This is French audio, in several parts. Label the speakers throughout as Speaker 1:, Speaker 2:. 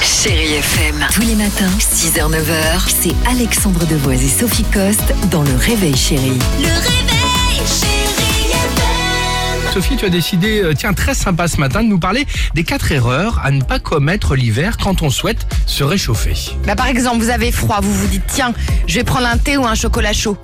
Speaker 1: Chérie FM.
Speaker 2: Tous les matins, 6h, 9h, c'est Alexandre Devoise et Sophie Coste dans Le Réveil Chérie.
Speaker 3: Le réveil, chérie FM.
Speaker 4: Sophie, tu as décidé, euh, tiens, très sympa ce matin, de nous parler des quatre erreurs à ne pas commettre l'hiver quand on souhaite se réchauffer.
Speaker 5: Bah, par exemple, vous avez froid, vous vous dites tiens, je vais prendre un thé ou un chocolat chaud.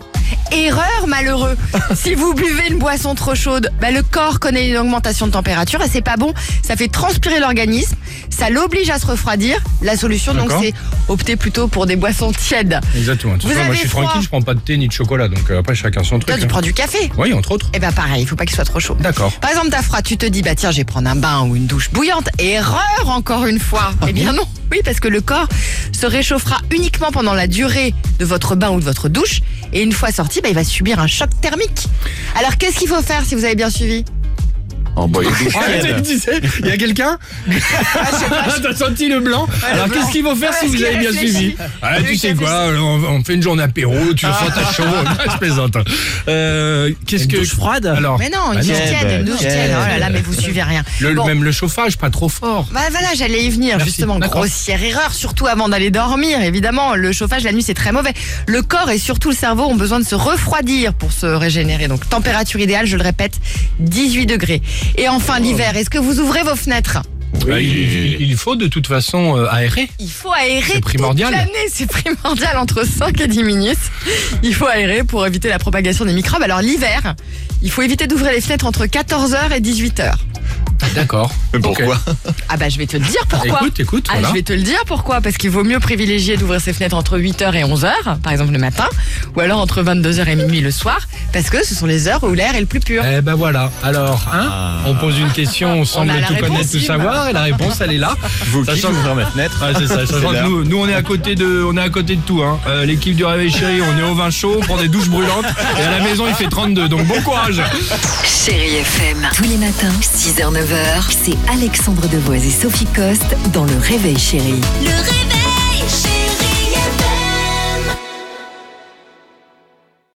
Speaker 5: Erreur malheureux. si vous buvez une boisson trop chaude, bah, le corps connaît une augmentation de température et c'est pas bon. Ça fait transpirer l'organisme, ça l'oblige à se refroidir. La solution donc
Speaker 4: D'accord.
Speaker 5: c'est opter plutôt pour des boissons tièdes.
Speaker 4: Exactement. De toute
Speaker 5: Vous
Speaker 4: façon, moi,
Speaker 5: avez
Speaker 4: je suis
Speaker 5: froid.
Speaker 4: tranquille, je prends pas de thé ni de chocolat, donc euh, après, chacun son truc.
Speaker 5: Toi tu
Speaker 4: hein.
Speaker 5: prends du café.
Speaker 4: Oui, entre autres.
Speaker 5: Et bah pareil, il faut pas qu'il soit trop chaud.
Speaker 4: D'accord.
Speaker 5: Par exemple, t'as froid, tu te dis, bah tiens, je vais prendre un bain ou une douche bouillante. Erreur encore une fois. eh bien non. Oui, parce que le corps se réchauffera uniquement pendant la durée de votre bain ou de votre douche. Et une fois sorti, bah, il va subir un choc thermique. Alors qu'est-ce qu'il faut faire si vous avez bien suivi
Speaker 4: Ah, tu sais, il y a quelqu'un T'as senti le blanc Alors,
Speaker 5: le blanc.
Speaker 4: qu'est-ce qu'il faut faire
Speaker 5: Ah,
Speaker 4: si
Speaker 5: parce
Speaker 4: vous
Speaker 5: qu'il
Speaker 4: avez bien
Speaker 5: réfléchit.
Speaker 4: suivi ah, Tu
Speaker 5: Oui,
Speaker 4: sais
Speaker 5: qu'il
Speaker 4: quoi on, on fait une journée apéro, tu sens ta chaud. Je plaisante. hein. Euh, qu'est-ce
Speaker 6: Une
Speaker 4: que.
Speaker 6: douche froide
Speaker 4: Alors,
Speaker 5: Mais Oh. non, une
Speaker 4: bah
Speaker 5: douche
Speaker 4: non.
Speaker 5: tiède, une douche tiède. Oh là là, mais vous suivez rien.
Speaker 4: Le-
Speaker 5: Bon.
Speaker 4: Même le chauffage, pas trop fort.
Speaker 5: Bah voilà, j'allais y venir
Speaker 4: Merci.
Speaker 5: justement.
Speaker 4: D'accord.
Speaker 5: Grossière erreur, surtout avant d'aller dormir. Évidemment, le chauffage la nuit c'est très mauvais. Le corps et surtout le cerveau ont besoin de se refroidir pour se régénérer. Donc température idéale, je le répète, 18 degrés. Et enfin
Speaker 4: Oh.
Speaker 5: l'hiver, est-ce que vous ouvrez vos fenêtres
Speaker 4: Bah, il, il- il faut de toute façon euh, aérer.
Speaker 5: Il faut aérer.
Speaker 4: C'est primordial.
Speaker 5: toute l'année, c'est primordial entre 5 et 10 minutes. Il faut aérer pour éviter la propagation des microbes. Alors l'hiver, il faut éviter d'ouvrir les fenêtres entre 14h et 18h.
Speaker 4: D'accord.
Speaker 6: pourquoi
Speaker 4: Ok.
Speaker 5: Ah bah je vais te le dire pourquoi.
Speaker 4: Écoute, écoute,
Speaker 5: Ah,
Speaker 4: voilà.
Speaker 5: je vais te le dire pourquoi. Parce qu'il vaut mieux privilégier d'ouvrir ses fenêtres entre 8h et 11h, par exemple le matin, ou alors entre 22h et minuit le soir, parce que ce sont les heures où l'air est le plus pur.
Speaker 4: Eh ben voilà. Alors, hein,
Speaker 6: Ah.
Speaker 4: on pose une question, on semble
Speaker 5: a la
Speaker 4: tout connaître,
Speaker 5: réponse,
Speaker 4: tout
Speaker 5: Jim.
Speaker 4: savoir, et la réponse, elle est là.
Speaker 6: Vous
Speaker 4: Ça
Speaker 6: qui
Speaker 4: change.
Speaker 6: ouvrir ma fenêtre
Speaker 4: Ouais, c'est ça. Sachant que
Speaker 6: là.
Speaker 4: nous, nous, on est à côté de, on est à côté de tout. Hein. Euh, L'équipe du Réveil Chéri, on est au vin chaud, on prend des douches brûlantes, et à la maison, il fait 32. Donc bon courage.
Speaker 1: Chérie FM.
Speaker 2: Tous les matins, 6h, 9h, c'est Alexandre Devoise et Sophie Coste dans Le Réveil Chérie.
Speaker 3: Le réveil.